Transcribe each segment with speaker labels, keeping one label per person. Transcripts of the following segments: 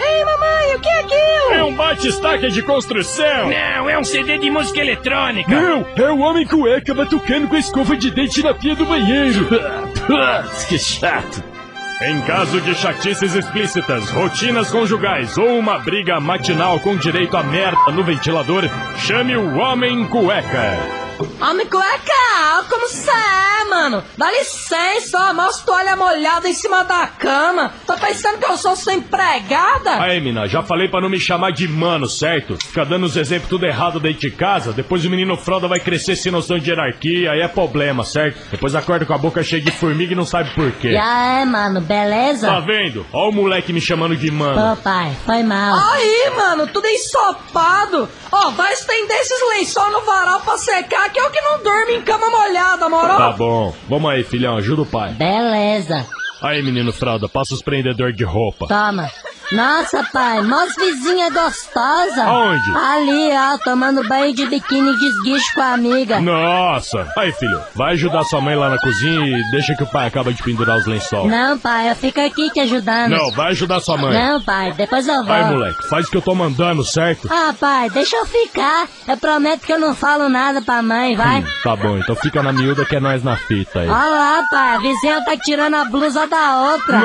Speaker 1: Ei, mamãe, o que é aquilo?
Speaker 2: É um bate-estaca de construção.
Speaker 3: Não, é um CD de música eletrônica.
Speaker 2: Não, é o homem cueca batucando com a escova de dente na pia do banheiro. que chato. Em caso de chatices explícitas, rotinas conjugais ou uma briga matinal com direito a merda no ventilador, chame o Homem Cueca.
Speaker 1: Homem cueca, como cê é, mano? Dá licença, ó, mostra toalha molhada em cima da cama. Tá pensando que eu sou sua empregada?
Speaker 2: Aí, mina, já falei pra não me chamar de mano, certo? Ficar dando os exemplos tudo errado dentro de casa, depois o menino fralda vai crescer sem noção de hierarquia, aí é problema, certo? Depois acorda com a boca cheia de formiga e não sabe por quê.
Speaker 4: Já é, mano,
Speaker 2: Tá
Speaker 4: beleza?
Speaker 2: vendo? Ó o moleque me chamando de mano.
Speaker 4: Ô, pai, foi mal.
Speaker 1: Aí, mano, tudo ensopado. Ó, vai estender esses lençol no varal pra secar, que é o que não dorme em cama molhada, moro?
Speaker 2: Tá bom. Vamos aí, filhão, ajuda o pai.
Speaker 4: Beleza.
Speaker 2: Aí, menino fralda, passa os prendedores de roupa.
Speaker 4: Toma. Nossa, pai, mós vizinha gostosa.
Speaker 2: Aonde?
Speaker 4: Ali, ó, tomando banho de biquíni de esguicho com a amiga.
Speaker 2: Nossa! Aí, filho, vai ajudar sua mãe lá na cozinha e deixa que o pai acaba de pendurar os lençol.
Speaker 4: Não, pai, eu fico aqui te ajudando.
Speaker 2: Não, vai ajudar sua mãe.
Speaker 4: Não, pai, depois eu volto.
Speaker 2: Vai, moleque, faz o que eu tô mandando, certo?
Speaker 4: Ah, pai, deixa eu ficar. Eu prometo que eu não falo nada pra mãe, vai.
Speaker 2: Hum, tá bom, então fica na miúda que é nós na fita aí.
Speaker 4: Olha lá, pai, a vizinha tá tirando a blusa da outra. As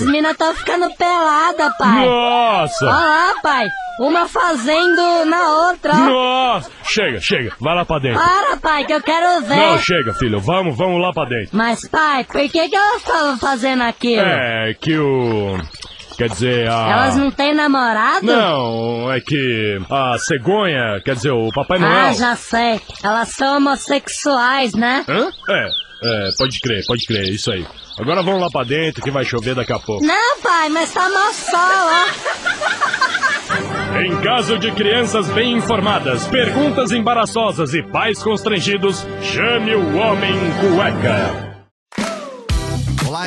Speaker 2: Nossa!
Speaker 4: minas tão ficando pelada, pai.
Speaker 2: Nossa!
Speaker 4: Olha lá, pai, Ah, uma fazendo na outra. ó.
Speaker 2: Nossa! Chega, chega, vai lá pra dentro.
Speaker 4: Para, pai, que eu quero ver.
Speaker 2: Não, chega, filho, vamos, vamos lá pra dentro.
Speaker 4: Mas, pai, por que que elas estavam fazendo aquilo?
Speaker 2: É que o. Quer dizer, a.
Speaker 4: Elas não têm namorado?
Speaker 2: Não, é que a cegonha, quer dizer, o Papai Noel.
Speaker 4: Ah, já sei. Elas são homossexuais, né?
Speaker 2: Hã? É, é, pode crer, pode crer, isso aí. Agora vamos lá pra dentro que vai chover daqui a pouco.
Speaker 4: Não, pai, mas tá mó sol, ó.
Speaker 2: Em caso de crianças bem informadas, perguntas embaraçosas e pais constrangidos, chame o Homem Cueca.
Speaker 5: Olá,